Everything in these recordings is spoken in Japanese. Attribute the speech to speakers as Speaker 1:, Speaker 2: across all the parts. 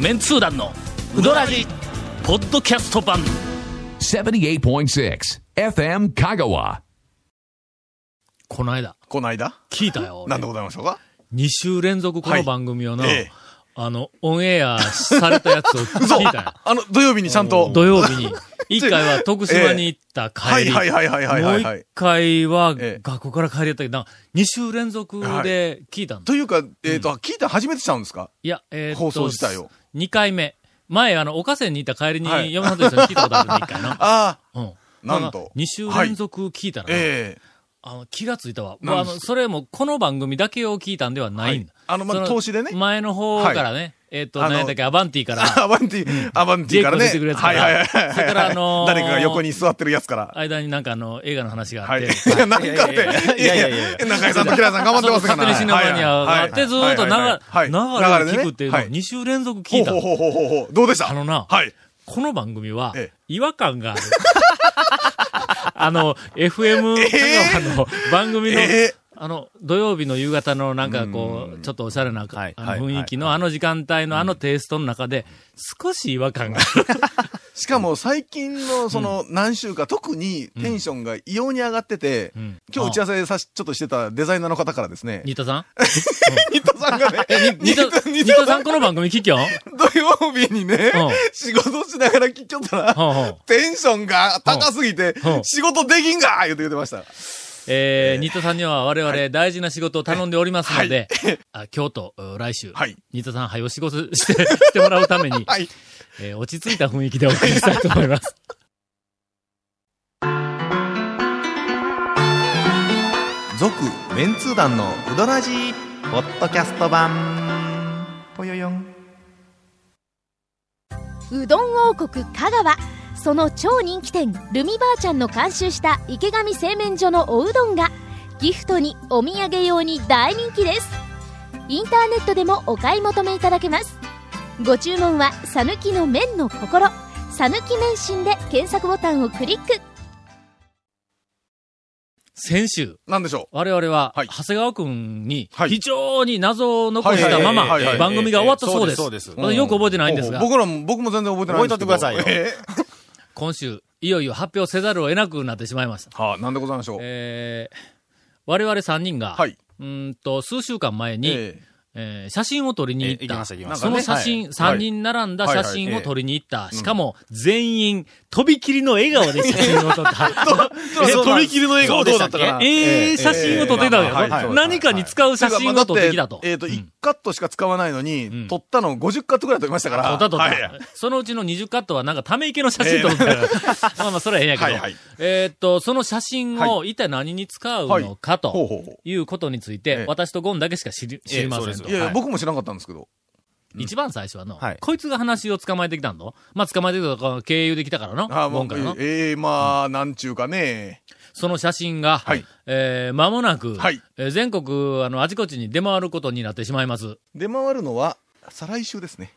Speaker 1: メンツー団のウドラジポッドキャスト版
Speaker 2: 78.6 FM Kagawa.
Speaker 3: この間、
Speaker 4: この間
Speaker 3: 聞いたよ。
Speaker 4: 何でございましょうか
Speaker 3: 2週連続この番組をな、
Speaker 4: はいええ
Speaker 3: あの、オンエアされたやつを聞いた よ。
Speaker 4: あの、土曜日にちゃんと。
Speaker 3: 土曜日に。一回は徳島に行った帰り。
Speaker 4: ええはいはいはいはいはいはい
Speaker 3: もう一回は
Speaker 4: ええ
Speaker 3: 学校から帰りやったけど、なんか2週連続で聞いたんだ。
Speaker 4: というか、えっ、と、聞いたの初めてちゃうんですか
Speaker 3: いや、えー、
Speaker 4: 放送自体を。
Speaker 3: 2回目。前、あの、岡瀬に行った帰りに、
Speaker 4: はい
Speaker 3: 山里さんに聞いたことあるの、 一回な。
Speaker 4: ああ、
Speaker 3: うん。
Speaker 4: なんと
Speaker 3: 2週連続聞いたらな、
Speaker 4: え
Speaker 3: あの気がついたわ。
Speaker 4: な
Speaker 3: もうあ
Speaker 4: んです
Speaker 3: の、それもこの番組だけを聞いたんではないんだ。
Speaker 4: はいあのまあ
Speaker 3: そ
Speaker 4: 投資でね
Speaker 3: 前の方からね、えっと、
Speaker 4: あの
Speaker 3: 何やったっけ、アバンティか
Speaker 4: え
Speaker 3: ら、
Speaker 4: アバンティ、アバンティからね。
Speaker 3: ジェイコ出てくるやつか
Speaker 4: は
Speaker 3: ら
Speaker 4: いはいはいはい。
Speaker 3: それからあのー
Speaker 4: 誰かが横に座ってるやつから。
Speaker 3: 間になんかあの、映画の話があ
Speaker 4: は
Speaker 3: っ
Speaker 4: い。
Speaker 3: て、
Speaker 4: いや、なんかって。
Speaker 3: いやいやいやいやいやいやいや
Speaker 4: 中井さんと平井さん頑張ってますから
Speaker 3: 勝手に死ぬ間にはあって、ずーっと流
Speaker 4: はいはい
Speaker 3: れ、流れを聞くっていうのを
Speaker 4: はい
Speaker 3: 2週連続聞いた
Speaker 4: ほ
Speaker 3: の
Speaker 4: う。ほうほうほうほう。どうでした
Speaker 3: あのな
Speaker 4: はい。
Speaker 3: この番組は
Speaker 4: ええ、
Speaker 3: 違和感がある。 あの、FM 香川の番組の、
Speaker 4: ええ
Speaker 3: あの、土曜日の夕方のなんかこう、ちょっとおしゃれな、
Speaker 5: はい
Speaker 3: あ
Speaker 5: はい
Speaker 3: の雰囲気の、あの時間帯のあのテイストの中で、少し違和感がある。
Speaker 4: しかも最近のその何週か、特にテンションが異様に上がってて、
Speaker 3: ん
Speaker 4: 今日打ち合わせさし、ちょっとしてたデザイナーの方からですね、
Speaker 3: 新田さん
Speaker 4: 新田さんがね、
Speaker 3: 新田、新田さんこの番組聞きよん
Speaker 4: 土曜日にね
Speaker 3: うん、
Speaker 4: 仕事しながら聞きよったら、
Speaker 3: ほうほう
Speaker 4: テンションが高すぎて
Speaker 3: うんう、ん
Speaker 4: 仕事できんが言って言ってました。
Speaker 3: えー、新田さんには我々大事な仕事を頼んでおりますので、あ今日とう来週、
Speaker 4: はい
Speaker 3: 新田さん、はよ仕事して、してもらうために、
Speaker 4: はい。
Speaker 3: えー落ち着いた雰囲気でお送りしたいと思います。
Speaker 4: 続、メンツー団のうどらじ
Speaker 5: ポッドキャスト版ぽよよん
Speaker 6: うどん王国香川その超人気店ルミばあちゃんの監修した池上製麺所のおうどんがギフトにお土産用に大人気ですインターネットでもお買い求めいただけますご注文は「さぬきの麺の心」「さぬき麺心」で検索ボタンをクリック
Speaker 3: 先週、
Speaker 4: なんでしょう。
Speaker 3: 我々は、
Speaker 4: はい
Speaker 3: 長谷川くんに
Speaker 4: は、い
Speaker 3: 非常に謎を残したまま
Speaker 4: はいはいはいは、い
Speaker 3: 番組が終わったそうです。
Speaker 5: そうですそうです
Speaker 3: まだよく覚えてないんですが、
Speaker 4: 僕らも、僕も全然覚えてないんですけど。
Speaker 5: 覚えとってくださ
Speaker 4: え
Speaker 5: い
Speaker 3: 今週、いよいよ発表せざるを得なくなってしまいました。
Speaker 4: ーはあ、なんでございましょう。
Speaker 3: えー、我々3人が、
Speaker 4: はいう
Speaker 3: ーんと、数週間前に、
Speaker 4: え
Speaker 3: えー写真を撮りに行
Speaker 5: え
Speaker 3: っ
Speaker 5: 行き
Speaker 3: た。
Speaker 5: ました行きました
Speaker 3: その写真、
Speaker 4: なんかねは
Speaker 3: 3
Speaker 4: い
Speaker 3: 人並んだ
Speaker 4: はい
Speaker 3: 写
Speaker 4: はい
Speaker 3: 真
Speaker 4: え
Speaker 3: を
Speaker 4: え
Speaker 3: 撮りに行った。しかも、全員、とびきりの笑顔で写真を撮った。 えとびきりの笑顔でしたっけ
Speaker 4: そうだったかな
Speaker 3: え
Speaker 4: え
Speaker 3: ー、
Speaker 4: え
Speaker 3: 写真を撮ってた
Speaker 4: ええまあまあ
Speaker 3: わ
Speaker 4: はい
Speaker 3: よ。何かに使う写真を撮ってきたと。
Speaker 4: えっと、
Speaker 3: うん
Speaker 4: 1カットしか使わないの
Speaker 3: ん
Speaker 4: に、撮ったの50カットぐらい撮りましたから。
Speaker 3: 撮った撮った
Speaker 4: はい
Speaker 3: そのうちの20カットはなんかため池の写真撮ったから。 まあまあ、それはええんやけど。
Speaker 4: はいはい
Speaker 3: えーっと、その写真を一体何に使うのかと。
Speaker 4: ほうほうほう。
Speaker 3: いうことについ
Speaker 4: え
Speaker 3: て
Speaker 4: え、
Speaker 3: 私とゴンだけしか知り知りませ
Speaker 5: ええ
Speaker 3: ん
Speaker 5: そう
Speaker 3: と
Speaker 4: い。やい
Speaker 5: は
Speaker 4: や、
Speaker 5: い
Speaker 4: 僕も知らなかったんですけど。
Speaker 3: 一番最初はの、
Speaker 5: はい
Speaker 3: こいつが話を捕まえてきたんだ。まあ、捕まえてきたから経由できたからの、
Speaker 4: ああ、も
Speaker 3: ゴ
Speaker 4: う
Speaker 3: ンからの、
Speaker 4: ええまあ、なんちゅうかね。
Speaker 3: その写真が、
Speaker 4: はい
Speaker 3: えー、間もなく、
Speaker 4: はい
Speaker 3: えー全国、あの、あちこちに出回ることになってしまいます。
Speaker 4: 出回るのは、再来週ですね。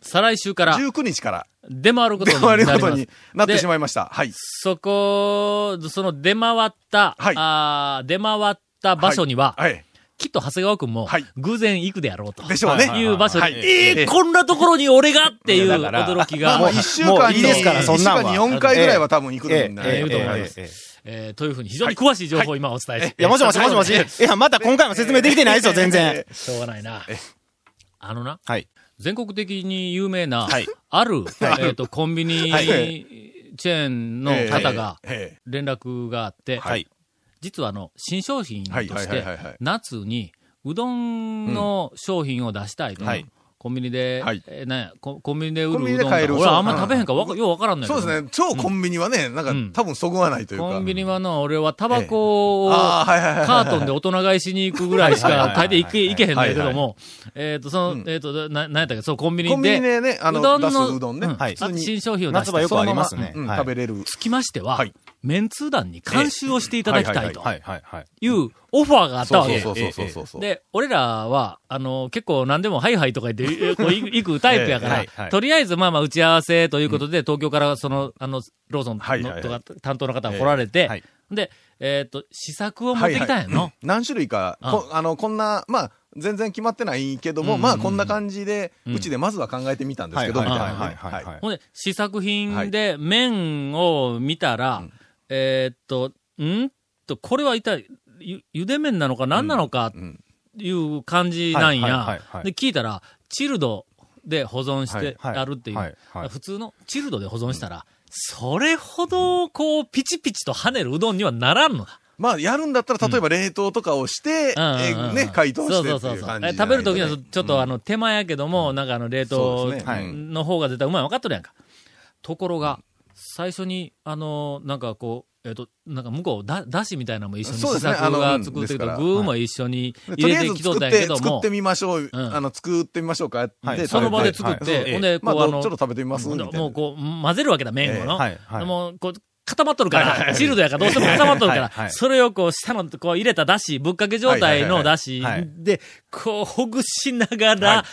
Speaker 3: 再来週から
Speaker 4: 19日から
Speaker 3: 出回ること
Speaker 4: 出
Speaker 3: にな
Speaker 4: 回
Speaker 3: り
Speaker 4: る
Speaker 3: ま
Speaker 4: こ
Speaker 3: す
Speaker 4: と。になってしまいました。はい。
Speaker 3: そこ、その出回った、
Speaker 4: はい
Speaker 3: あー出回った場所には、
Speaker 4: はい。
Speaker 3: きっと長谷川くんも
Speaker 4: はい、
Speaker 3: 偶然行くであろうと。
Speaker 4: でしょうね
Speaker 3: いう場所に、
Speaker 4: はい
Speaker 3: えー
Speaker 4: ええ
Speaker 3: こんなところに俺がっていう
Speaker 5: だから
Speaker 3: 驚き
Speaker 4: ま
Speaker 3: が
Speaker 4: あ、まあ、1週間に
Speaker 5: もういいですからそんなんは
Speaker 4: 一週間に4回ぐらいは多分行く
Speaker 5: え
Speaker 4: んだ
Speaker 3: ええ
Speaker 4: ね。
Speaker 3: えと思います
Speaker 5: えええええ
Speaker 3: えーというふうに非常に詳しい情報を今お伝えして、
Speaker 5: えいや、もしもしもしもし。いや、また今回も説明できてないですよ、全然。
Speaker 3: しょうがないな。あのな、
Speaker 5: はい。
Speaker 3: 全国的に有名な、
Speaker 5: はい
Speaker 3: ある、えっ、と、コンビニ
Speaker 4: はい
Speaker 3: チェーンの方が
Speaker 4: ええ
Speaker 3: 連絡があって、
Speaker 5: はい。
Speaker 3: 実はあの、新商品と
Speaker 4: はい
Speaker 3: し
Speaker 4: はい
Speaker 3: て
Speaker 4: はいはいはい、
Speaker 3: 夏にうどんの商品を出したいと。
Speaker 5: うんはい
Speaker 3: コンビニで、
Speaker 4: はい
Speaker 3: えーなんやココンビニで売
Speaker 4: コン
Speaker 3: る
Speaker 4: ビ
Speaker 3: う
Speaker 4: ニ
Speaker 3: ど
Speaker 4: で
Speaker 3: ん
Speaker 4: 買え
Speaker 3: 俺
Speaker 4: る
Speaker 3: はあんま
Speaker 4: そう
Speaker 3: 食べへんからわかようわからんねんけ
Speaker 4: そ
Speaker 3: ど
Speaker 4: うですね。超コンビニはね、なんか、
Speaker 3: うん
Speaker 4: 多分そぐわないというか。
Speaker 3: コンビニはな、俺はタバコを、
Speaker 4: ええあーはいはいはいはい
Speaker 3: カートンで大人買いしに行くぐらいしか、大抵行け、行けへんだけど
Speaker 4: はいは
Speaker 3: も、えっ、と、その、
Speaker 4: うん
Speaker 3: えっ、と、な、なんやったっけ、そう、コンビニで。
Speaker 4: コンビニでね、あの、
Speaker 3: うどんの
Speaker 4: 出すうどんね。
Speaker 3: うん
Speaker 5: はい
Speaker 4: 普通に、
Speaker 3: 新商品を出し
Speaker 5: 夏場
Speaker 3: た
Speaker 5: よくありますね。
Speaker 4: う
Speaker 5: は
Speaker 4: ん
Speaker 5: い
Speaker 4: 食べれる。
Speaker 3: つきましては、
Speaker 4: はい
Speaker 3: メンツー団に監修をしていただきたいと
Speaker 5: はい、はい、はい。
Speaker 3: いうオファーがあったわけ。
Speaker 4: そうそうそうそうそう。
Speaker 3: で、俺らは、あの、結構何でもハイハイとか言って、えこうい行くタイプやか
Speaker 5: ええ
Speaker 3: ら
Speaker 5: はいは、い
Speaker 3: とりあえずまあまあ打ち合わせということで、東京からその、あの、ローソン
Speaker 4: はいはいは
Speaker 3: の
Speaker 4: い
Speaker 3: とか担当の方が来られて
Speaker 5: はい、
Speaker 3: で、えっと、試作を持ってきたんや
Speaker 4: はいはい
Speaker 3: の
Speaker 4: うん何種類か、こあの、こんな、まあ、全然決まってないけども、
Speaker 3: うん
Speaker 4: まあこんな感じで、
Speaker 3: う
Speaker 4: うんちでまずは考えてみたんですけど、みたいなね。はい
Speaker 3: ほんで、試作品で麺を見たら、えーっと、んと、これは一体、ゆ、ゆで麺なのか何なのか
Speaker 4: うんうん
Speaker 3: いう感じなん
Speaker 5: はいはいは
Speaker 3: や
Speaker 5: いは。い
Speaker 3: で、聞いたら、チルドで保存して
Speaker 5: はいはい
Speaker 3: やるってい
Speaker 5: は
Speaker 3: う
Speaker 5: いはい。
Speaker 3: 普通のチルドで保存したら、それほど、こう、ピチピチと跳ねるうどんにはならんのだ。
Speaker 4: まあ、やるんだったら、例えば冷凍とかをして、
Speaker 3: うんうん
Speaker 4: え
Speaker 3: うんう
Speaker 4: ー
Speaker 3: ん
Speaker 4: ね、解凍して
Speaker 3: そう
Speaker 4: って
Speaker 3: そう
Speaker 4: い
Speaker 3: そううそう
Speaker 4: 感じ
Speaker 3: え
Speaker 4: じ
Speaker 3: 食
Speaker 4: ゃな
Speaker 3: べ
Speaker 4: い
Speaker 3: る
Speaker 4: と
Speaker 3: と
Speaker 4: ね。
Speaker 3: きには、ちょっとあの、手間やけども、なんかあの、冷
Speaker 4: そう
Speaker 3: 凍
Speaker 4: ですねはい
Speaker 3: の方が絶対うまい分かっとるやんか。ところが、最初に、あの、なんかこう、えっと、なんか向こう、だ、だしみたいなのも一緒に
Speaker 4: そう
Speaker 3: 試
Speaker 4: ですね
Speaker 3: 作
Speaker 4: あ
Speaker 3: が
Speaker 4: のうん
Speaker 3: 作ってき
Speaker 4: です
Speaker 3: て、
Speaker 4: から
Speaker 3: 具も一緒に
Speaker 4: で
Speaker 3: 入
Speaker 4: とり
Speaker 3: れ
Speaker 4: あえ
Speaker 3: て
Speaker 4: ず
Speaker 3: きとっ
Speaker 4: 作
Speaker 3: た
Speaker 4: っ
Speaker 3: んやけ
Speaker 4: て、
Speaker 3: ど
Speaker 4: 作っ
Speaker 3: も
Speaker 4: て、みましょう。
Speaker 3: うん
Speaker 4: あの、作ってみましょうか。やって
Speaker 5: はい
Speaker 4: 食べて
Speaker 3: その場で作っ
Speaker 5: はいはい
Speaker 3: て、ほんで、
Speaker 5: え
Speaker 4: まあ、
Speaker 3: こう、あ
Speaker 4: どう
Speaker 3: の
Speaker 4: ちょっと、食べてみます
Speaker 3: ほん
Speaker 4: み
Speaker 3: で
Speaker 4: たいな。
Speaker 3: もうこう、混ぜるわけだ、麺をの。
Speaker 5: はいはい
Speaker 3: もう、こう、固まっとるから、チルドやからどう しても固まっとるか
Speaker 5: はいはいは
Speaker 3: ら、
Speaker 5: い
Speaker 3: それをこう、下の、こう、入れただし、ぶっかけ状態のだし
Speaker 5: はいはいはい
Speaker 3: で、こう、ほぐしながら、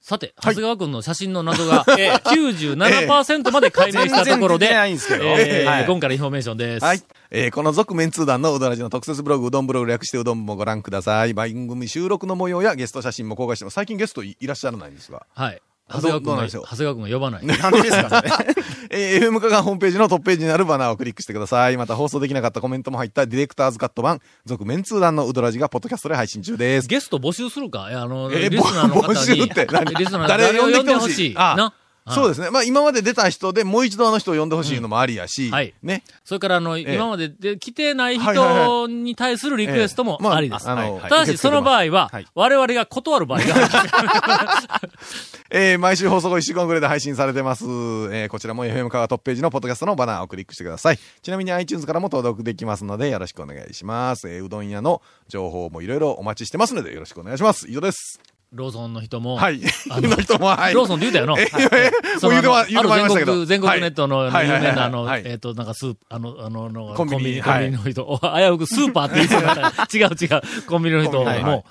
Speaker 3: さて、長谷川君の写真の謎が、97%まで解明したところで、
Speaker 5: 全然出てないんですけど
Speaker 3: えー
Speaker 5: はい
Speaker 3: 今からインフォメーションです。
Speaker 4: はい。えーこの続面通談のうどらじの特設ブログ、うどんブログ略してうどんもご覧ください。番組収録の模様やゲスト写真も公開してます。最近ゲストいいらっしゃらないんですが。
Speaker 3: はい。長
Speaker 4: ど
Speaker 3: 谷川
Speaker 4: どうなん
Speaker 3: 君
Speaker 4: でしょ
Speaker 3: が、
Speaker 4: う
Speaker 3: 長谷川君が呼ばない。
Speaker 5: なんでですかね。
Speaker 4: えー FM 加賀ホームページのトップページにあるバナーをクリックしてください。また放送できなかったコメントも入ったディレクターズカット版、続面通談のうどらじがポッドキャストで配信中です。
Speaker 3: ゲスト募集するかいやあの、
Speaker 4: えー
Speaker 3: リスナーの方に。
Speaker 4: ぼ募集って何
Speaker 3: リスナーの誰を呼んでほしい。
Speaker 4: あ
Speaker 3: な。はい
Speaker 4: そうですね。まあ今まで出た人でもう一度あの人を呼んでほしいのもありやし、
Speaker 3: んはい
Speaker 4: ね。
Speaker 3: それから、あの、
Speaker 4: え
Speaker 3: 今までで来てない
Speaker 4: はいはい
Speaker 3: 人に対するリクエストも
Speaker 4: ええまあ
Speaker 3: ありです。
Speaker 4: あの
Speaker 3: ただし、その場合は
Speaker 4: はい、
Speaker 3: 我々が断る場合 が、
Speaker 4: えー毎週放送後1週間ぐらいで配信されてます。えーこちらも FM カガトップページのポッドキャストのバナーをクリックしてください。ちなみに iTunes からも登録できますのでよろしくお願いします。えーうどん屋の情報もいろいろお待ちしてますのでよろしくお願いします。以上です。
Speaker 3: ローソンの人も、
Speaker 4: はい。
Speaker 3: あの
Speaker 4: の人も、はい。
Speaker 3: ローソンで言うたよな。その
Speaker 4: もう言うては
Speaker 3: あの
Speaker 4: 言うて
Speaker 3: あ
Speaker 4: はり
Speaker 3: る
Speaker 4: ましたけ
Speaker 3: 全
Speaker 4: ど
Speaker 3: 国、全国ネットの有
Speaker 4: はいはいはい
Speaker 3: 名
Speaker 4: はい
Speaker 3: な、あの
Speaker 4: は、い
Speaker 3: えっと、なんかスーパー、あの、あのあの、
Speaker 4: コンビニ
Speaker 3: コ
Speaker 4: は
Speaker 3: ン
Speaker 4: い
Speaker 3: ビニの人、お危うくスーパーって言ってたから違う違 う、コンビニの人
Speaker 4: コンビニはいはい
Speaker 3: も、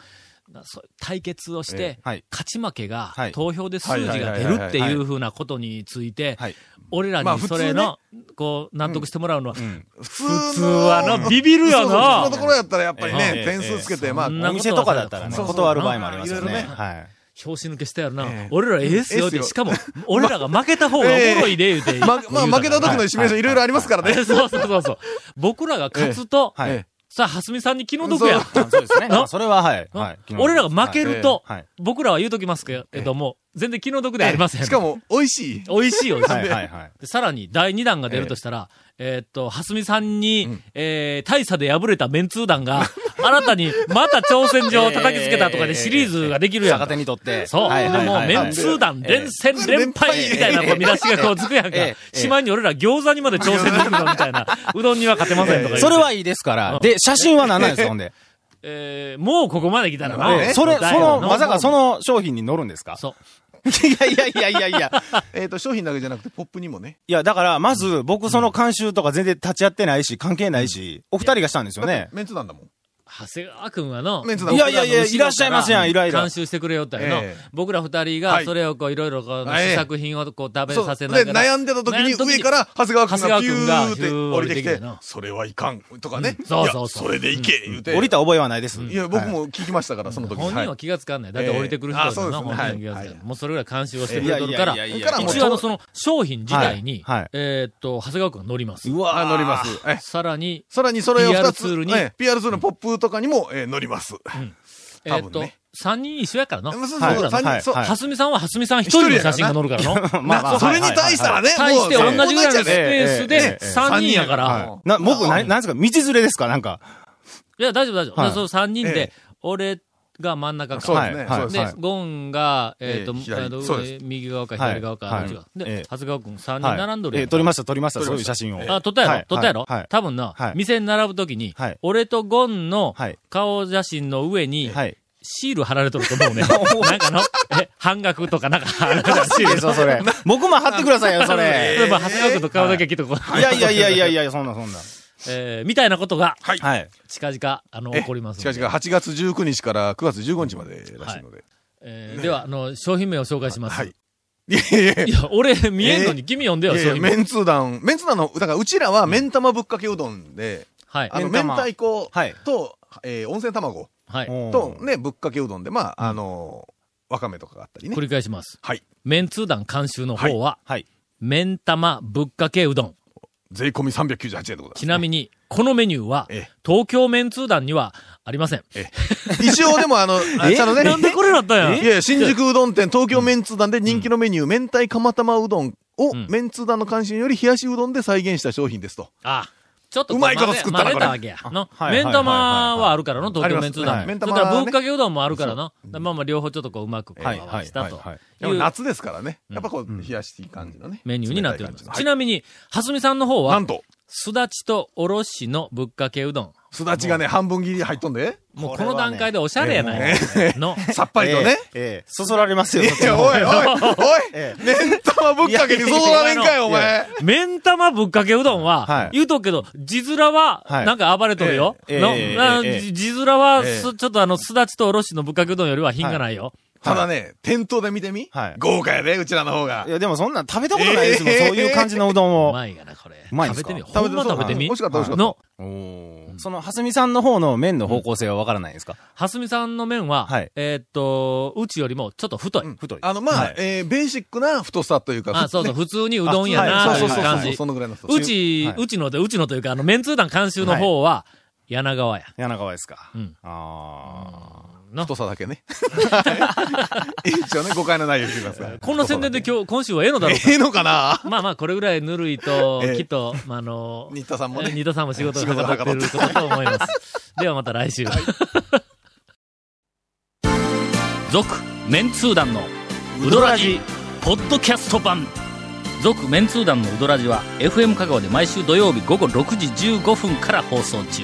Speaker 3: なそう対決をして、
Speaker 5: はい。
Speaker 3: 勝ち負けが
Speaker 5: はい
Speaker 3: 投票で数字が出るっていうふうなことについて
Speaker 5: はい、
Speaker 3: 俺ら
Speaker 4: まあ
Speaker 3: に
Speaker 4: 普通
Speaker 3: そ
Speaker 4: ね
Speaker 3: れの、こう、納得してもらうのは、
Speaker 4: 普通
Speaker 3: 普通はの、ビビる
Speaker 4: そう
Speaker 3: よ
Speaker 4: そう普通の
Speaker 3: な
Speaker 4: ところやったらやっぱり
Speaker 5: え
Speaker 4: ね、
Speaker 5: え
Speaker 4: 点数つけて、まあ、
Speaker 3: そんな
Speaker 5: お店とかだったらね、
Speaker 3: そうそう
Speaker 5: 断る場合もありますよ
Speaker 4: いろ
Speaker 5: ね。
Speaker 4: いろね
Speaker 5: はい。
Speaker 3: 拍子抜けしたやろな、
Speaker 4: ええ
Speaker 3: 俺らええっすよって、
Speaker 4: ええっすよ
Speaker 3: しかも、俺らが負けた方がおもろいで、言うて。
Speaker 4: ま、まあ、負けた時のシミュレーションいろいろありますからね。
Speaker 3: そうそうそうそう。僕らが勝つと、
Speaker 5: はい。
Speaker 4: え
Speaker 3: さあ、はすみさんに気の毒や。
Speaker 5: あそうですね。
Speaker 3: な
Speaker 5: まあそれははい。
Speaker 3: うん
Speaker 5: はい。
Speaker 3: 俺らが負けると、
Speaker 5: はい。
Speaker 3: 僕らは言うときますけども、全然気の 毒ではありません。
Speaker 4: しか、も、美味しい。
Speaker 3: 美味しいよ、美味しい
Speaker 5: はい。はい。はい。
Speaker 3: でさらに第2弾が出るとしたら、えーっと、はすみさんに、えー大差で敗れたメンツー団 が、新たにまた挑戦状を叩きつけたとかでシリーズができるやん
Speaker 5: 逆
Speaker 3: か
Speaker 5: 手。にとって。
Speaker 3: そう。
Speaker 5: はいはい
Speaker 3: でも
Speaker 5: は
Speaker 3: う、
Speaker 5: い
Speaker 3: メンツー団連戦連敗みたいなこう見出しがこうつくやんか
Speaker 5: ええ。え
Speaker 3: しまいに俺ら餃子にまで挑戦できるのみたいな。うどんには勝てませんとか言う
Speaker 5: それはいいですから。で、写真は何なんですか、ほんで。
Speaker 3: えーもうここまで来たら
Speaker 4: まあ
Speaker 3: な。
Speaker 4: ねえ
Speaker 5: それ、そ
Speaker 3: 答えは
Speaker 5: の、
Speaker 3: な
Speaker 5: まさかその商品に乗るんですか
Speaker 3: そう。
Speaker 5: いやいやいやいやいや。
Speaker 4: えっと、商品だけじゃなくて、ポップにもね。
Speaker 5: いや、だから、まず、僕、その監修とか全然立ち会ってないし、関係ないし、お二人がしたんですよね。
Speaker 4: メンツなんだもん。
Speaker 3: 長谷川君はの、
Speaker 4: メンツなん
Speaker 5: い
Speaker 4: だも
Speaker 5: や
Speaker 4: ん。
Speaker 5: いやいや、いらっしゃいますやん、いろいろ
Speaker 3: 監。修してくれよったよの、
Speaker 4: ええ
Speaker 3: 僕ら二人
Speaker 4: は
Speaker 3: が
Speaker 4: い
Speaker 3: それをこういろいろこう
Speaker 4: ええ
Speaker 3: 試作品をこう食べ
Speaker 4: そう
Speaker 3: させな
Speaker 4: で、
Speaker 3: がら。
Speaker 4: 悩んでた時に
Speaker 3: 悩んだ時
Speaker 4: 上から長谷川君が
Speaker 3: 長
Speaker 4: ピ
Speaker 3: 谷
Speaker 4: ュ
Speaker 3: 川君が
Speaker 4: ーって
Speaker 3: ヒュー
Speaker 4: 降りてき
Speaker 3: 降りて
Speaker 4: て
Speaker 3: きてな、
Speaker 4: それはいかんとかね。
Speaker 3: そう
Speaker 4: いや
Speaker 3: そうそう
Speaker 4: それでいけ言うて。
Speaker 5: 降りた覚えはないです。
Speaker 4: いや、僕
Speaker 5: は
Speaker 4: も聞きましたから、その時。
Speaker 3: 本人は気がつかんない。だって降りてくる人
Speaker 4: ええあそう
Speaker 3: だ
Speaker 4: です
Speaker 3: な、
Speaker 4: ね
Speaker 3: 本人の気がつかん
Speaker 4: はい
Speaker 3: な。
Speaker 4: はい
Speaker 3: もうそれぐらい監修をして
Speaker 5: い。
Speaker 3: く
Speaker 5: いや
Speaker 3: れ
Speaker 5: い
Speaker 3: と
Speaker 5: や
Speaker 3: る
Speaker 5: い
Speaker 3: か
Speaker 5: や
Speaker 3: ら
Speaker 5: い、やい
Speaker 4: だ
Speaker 5: や
Speaker 4: からもう
Speaker 3: 一応あのその商品自体に、
Speaker 5: はいはい
Speaker 3: えーっと、長谷川君が乗ります。
Speaker 5: う
Speaker 4: あ
Speaker 5: わ
Speaker 4: 乗ります。ええ
Speaker 3: さらに、
Speaker 4: さらにそれを
Speaker 3: PR
Speaker 4: 2つ。
Speaker 3: ツールに
Speaker 4: ええ PR ツールのポップとかにも、ええ乗ります。
Speaker 3: え
Speaker 4: 多
Speaker 3: ーっ
Speaker 4: 分
Speaker 3: と
Speaker 4: ね、
Speaker 3: 三人一緒やからな。
Speaker 4: そうそう
Speaker 5: はい
Speaker 4: そう、三
Speaker 5: は
Speaker 4: 人
Speaker 5: い
Speaker 4: そう
Speaker 5: はい
Speaker 3: はすみさんははすみさん一人の写真が載るからの。
Speaker 5: ま
Speaker 4: なそれに対したらね、
Speaker 3: 対して
Speaker 4: もう
Speaker 3: 同じぐらいのス
Speaker 4: 同じやね
Speaker 3: ペースで
Speaker 5: ええ
Speaker 3: 3人やか
Speaker 4: ええ
Speaker 3: ら
Speaker 4: ええ。
Speaker 5: な、僕、な、なんですか、道連れですかなんか。
Speaker 3: いや、大丈夫大丈夫。
Speaker 5: はい
Speaker 3: その3人
Speaker 4: え
Speaker 3: で、俺が真ん中
Speaker 4: そう
Speaker 3: か。
Speaker 4: ですね。
Speaker 5: はい
Speaker 4: そうです
Speaker 3: で、
Speaker 4: ね
Speaker 5: はい
Speaker 3: ゴンが、えっと、
Speaker 4: ええ左
Speaker 3: あの
Speaker 4: そうで
Speaker 3: 右側か
Speaker 5: はい
Speaker 3: 左側か、
Speaker 5: は
Speaker 3: ど
Speaker 5: い
Speaker 3: っちか。
Speaker 5: え
Speaker 3: で
Speaker 5: え、
Speaker 3: 長谷川君3
Speaker 5: は
Speaker 3: 人
Speaker 5: い
Speaker 3: 並んどる
Speaker 5: え
Speaker 3: や
Speaker 5: え
Speaker 3: ん
Speaker 5: 撮りました、撮りました、
Speaker 4: 撮り
Speaker 5: そう
Speaker 4: ま
Speaker 5: いう
Speaker 4: した
Speaker 5: 写真を。
Speaker 3: あ、撮ったや
Speaker 5: は
Speaker 3: ろ
Speaker 5: い
Speaker 3: 撮ったやろ
Speaker 5: はいはい
Speaker 3: 多分な
Speaker 5: は、い
Speaker 3: 店に並ぶときに
Speaker 5: はい、
Speaker 3: 俺とゴンの
Speaker 5: はい
Speaker 3: 顔写真の上に、
Speaker 5: はい。
Speaker 3: シール貼られとると思 うね。なんかの、え、半額とかなんか貼られてる。
Speaker 5: しい ですよ、それ。僕も貼ってくださいよ、それ。
Speaker 3: 例えば、長谷川君と顔だけ切ってこう。
Speaker 5: いやいやいやいやいや、そんなそんな。
Speaker 3: えーみたいなことが、
Speaker 5: はい。
Speaker 3: 近々、あの、
Speaker 4: ええ
Speaker 3: 起こります
Speaker 4: し
Speaker 3: ので
Speaker 4: かしが8月19日から9月15日までらしいので。
Speaker 3: えーでは、あの、商品名を紹介します。
Speaker 4: はいい、いやいやいや。
Speaker 3: や、俺、見えんのに君呼んでよ、
Speaker 4: いやい
Speaker 3: 商
Speaker 4: や
Speaker 3: 品名。
Speaker 4: メンツー団、メンツー団の、だからうちらは、麺玉ぶっかけうどんで、
Speaker 3: はい。
Speaker 4: あの、
Speaker 5: 麺
Speaker 4: 明
Speaker 5: 玉
Speaker 4: 太子
Speaker 5: はい
Speaker 4: と、えー温泉卵
Speaker 3: はい。
Speaker 4: と、ね、ぶっかけうどんで、まあ、あのー、わかめとかがあったりね
Speaker 3: 繰。り返します。
Speaker 4: はい。
Speaker 3: メンツー団監修の方は、
Speaker 5: はい。
Speaker 3: メン玉ぶっかけうどん。
Speaker 4: 税込み398円でございます。
Speaker 3: ちなみに、このメニューは
Speaker 4: ええ、
Speaker 3: 東京メンツー団にはありません。
Speaker 4: 一応でもあ の、あちゃんとね。
Speaker 3: なんでこれだったん
Speaker 4: い
Speaker 3: や。
Speaker 4: やいや、新宿うどん店、東京メンツ団で人気のメニュー、明太釜玉うどんを、
Speaker 3: ん
Speaker 4: メンツ団の関心より冷やしうどんで再現した商品ですと。
Speaker 3: あちょっと
Speaker 4: うまいこと作ったな
Speaker 3: 混ぜた
Speaker 4: こ
Speaker 3: わ
Speaker 4: れ
Speaker 3: けや。の、
Speaker 5: はいはい
Speaker 3: 目ん玉はあるからの、東京メンツー
Speaker 4: あ
Speaker 3: 団。
Speaker 4: り
Speaker 3: そ
Speaker 4: ま
Speaker 3: した
Speaker 4: すね
Speaker 3: ら、
Speaker 4: はい
Speaker 3: ぶっかけうどんもあるからの。まあまあ、両方ちょっとこう、うまくこう、
Speaker 5: はい
Speaker 3: 合わせたと
Speaker 5: はいはい
Speaker 3: い
Speaker 4: でも
Speaker 3: う
Speaker 4: 夏ですからね。やっぱこう、冷やしい感じのね。
Speaker 3: メニューになっております
Speaker 4: 冷。たい感
Speaker 3: ち
Speaker 4: じの
Speaker 3: なみに、はすみさんの方
Speaker 4: はいな
Speaker 3: は
Speaker 4: ん、と、
Speaker 3: すだちとおろしのぶっかけうどん。
Speaker 4: すだちがね、半分切り入っと んで、
Speaker 3: もうこ
Speaker 5: これは
Speaker 3: の
Speaker 5: ね
Speaker 3: 段階でおしゃれやないの。
Speaker 4: さっぱりとね。。
Speaker 5: ええええそそられますよ。
Speaker 4: いや、おいおい
Speaker 5: え
Speaker 4: おい、メン玉ぶっかけにそそられんかい、お前。
Speaker 3: 目ん玉ぶっかけうどん
Speaker 5: は
Speaker 3: は、
Speaker 5: い
Speaker 3: 言うとくけど、字面は、
Speaker 5: はい
Speaker 3: なんか暴れとるよ。
Speaker 5: ええ
Speaker 3: の
Speaker 5: ええ
Speaker 3: な
Speaker 5: ええええ
Speaker 3: 字面は、
Speaker 4: ええ
Speaker 3: すちょっとあの、すだちとおろしのぶっかけうどんよりは品がないよ。
Speaker 4: ただね、店頭で見てみ
Speaker 5: はい。
Speaker 4: 豪華やで、うちらの方が
Speaker 5: い。や、でもそんなん食べたことないですもん、そういう感じのうどん
Speaker 3: う
Speaker 5: を。
Speaker 3: まいがな、これ。
Speaker 5: うまいん
Speaker 3: 食べて
Speaker 5: すか
Speaker 3: みよう。ほんま食べてみ
Speaker 4: 美味しかった、美味しかった。
Speaker 3: の、
Speaker 5: その、はすみさんの方の麺の方向性はわからないですか、
Speaker 3: はすみさんの麺は
Speaker 5: はい、
Speaker 3: えーっと、うちよりもちょっと太い。
Speaker 5: 太い。
Speaker 4: あの、ま
Speaker 5: は
Speaker 4: あ
Speaker 5: い、
Speaker 4: えーベーシックな太さというか。
Speaker 3: あ、 そうそう、
Speaker 4: ね
Speaker 3: 普通にうどんやな、
Speaker 5: あ
Speaker 3: という
Speaker 4: そ
Speaker 3: う
Speaker 4: そうそう
Speaker 3: 感
Speaker 4: そう、
Speaker 3: じ
Speaker 4: そ。のぐらいの太さ。
Speaker 3: うち
Speaker 5: は、いう
Speaker 3: ちので、うちのというか、あの、メンツー団監修の方は、柳川や。
Speaker 5: 柳川ですか。
Speaker 3: うん
Speaker 5: あ
Speaker 3: の
Speaker 4: 太さだけね。一応ね、誤解のない ようにしてください。
Speaker 3: こんな宣伝で今 日、今週はええのだろうか
Speaker 4: ええのかな
Speaker 3: まあまあ、これぐらいぬるいと
Speaker 4: え、え
Speaker 3: きっ と、まあ、あの、
Speaker 4: 新田さんもね
Speaker 3: 新田さんも仕事がかかってることと思い ます。ではまた来週。続、メンツー団の、ウドラジ、ポッドキャスト版。続、メンツー団のウドラジは、FM 香川で毎週土曜日午後6時15分から放送中。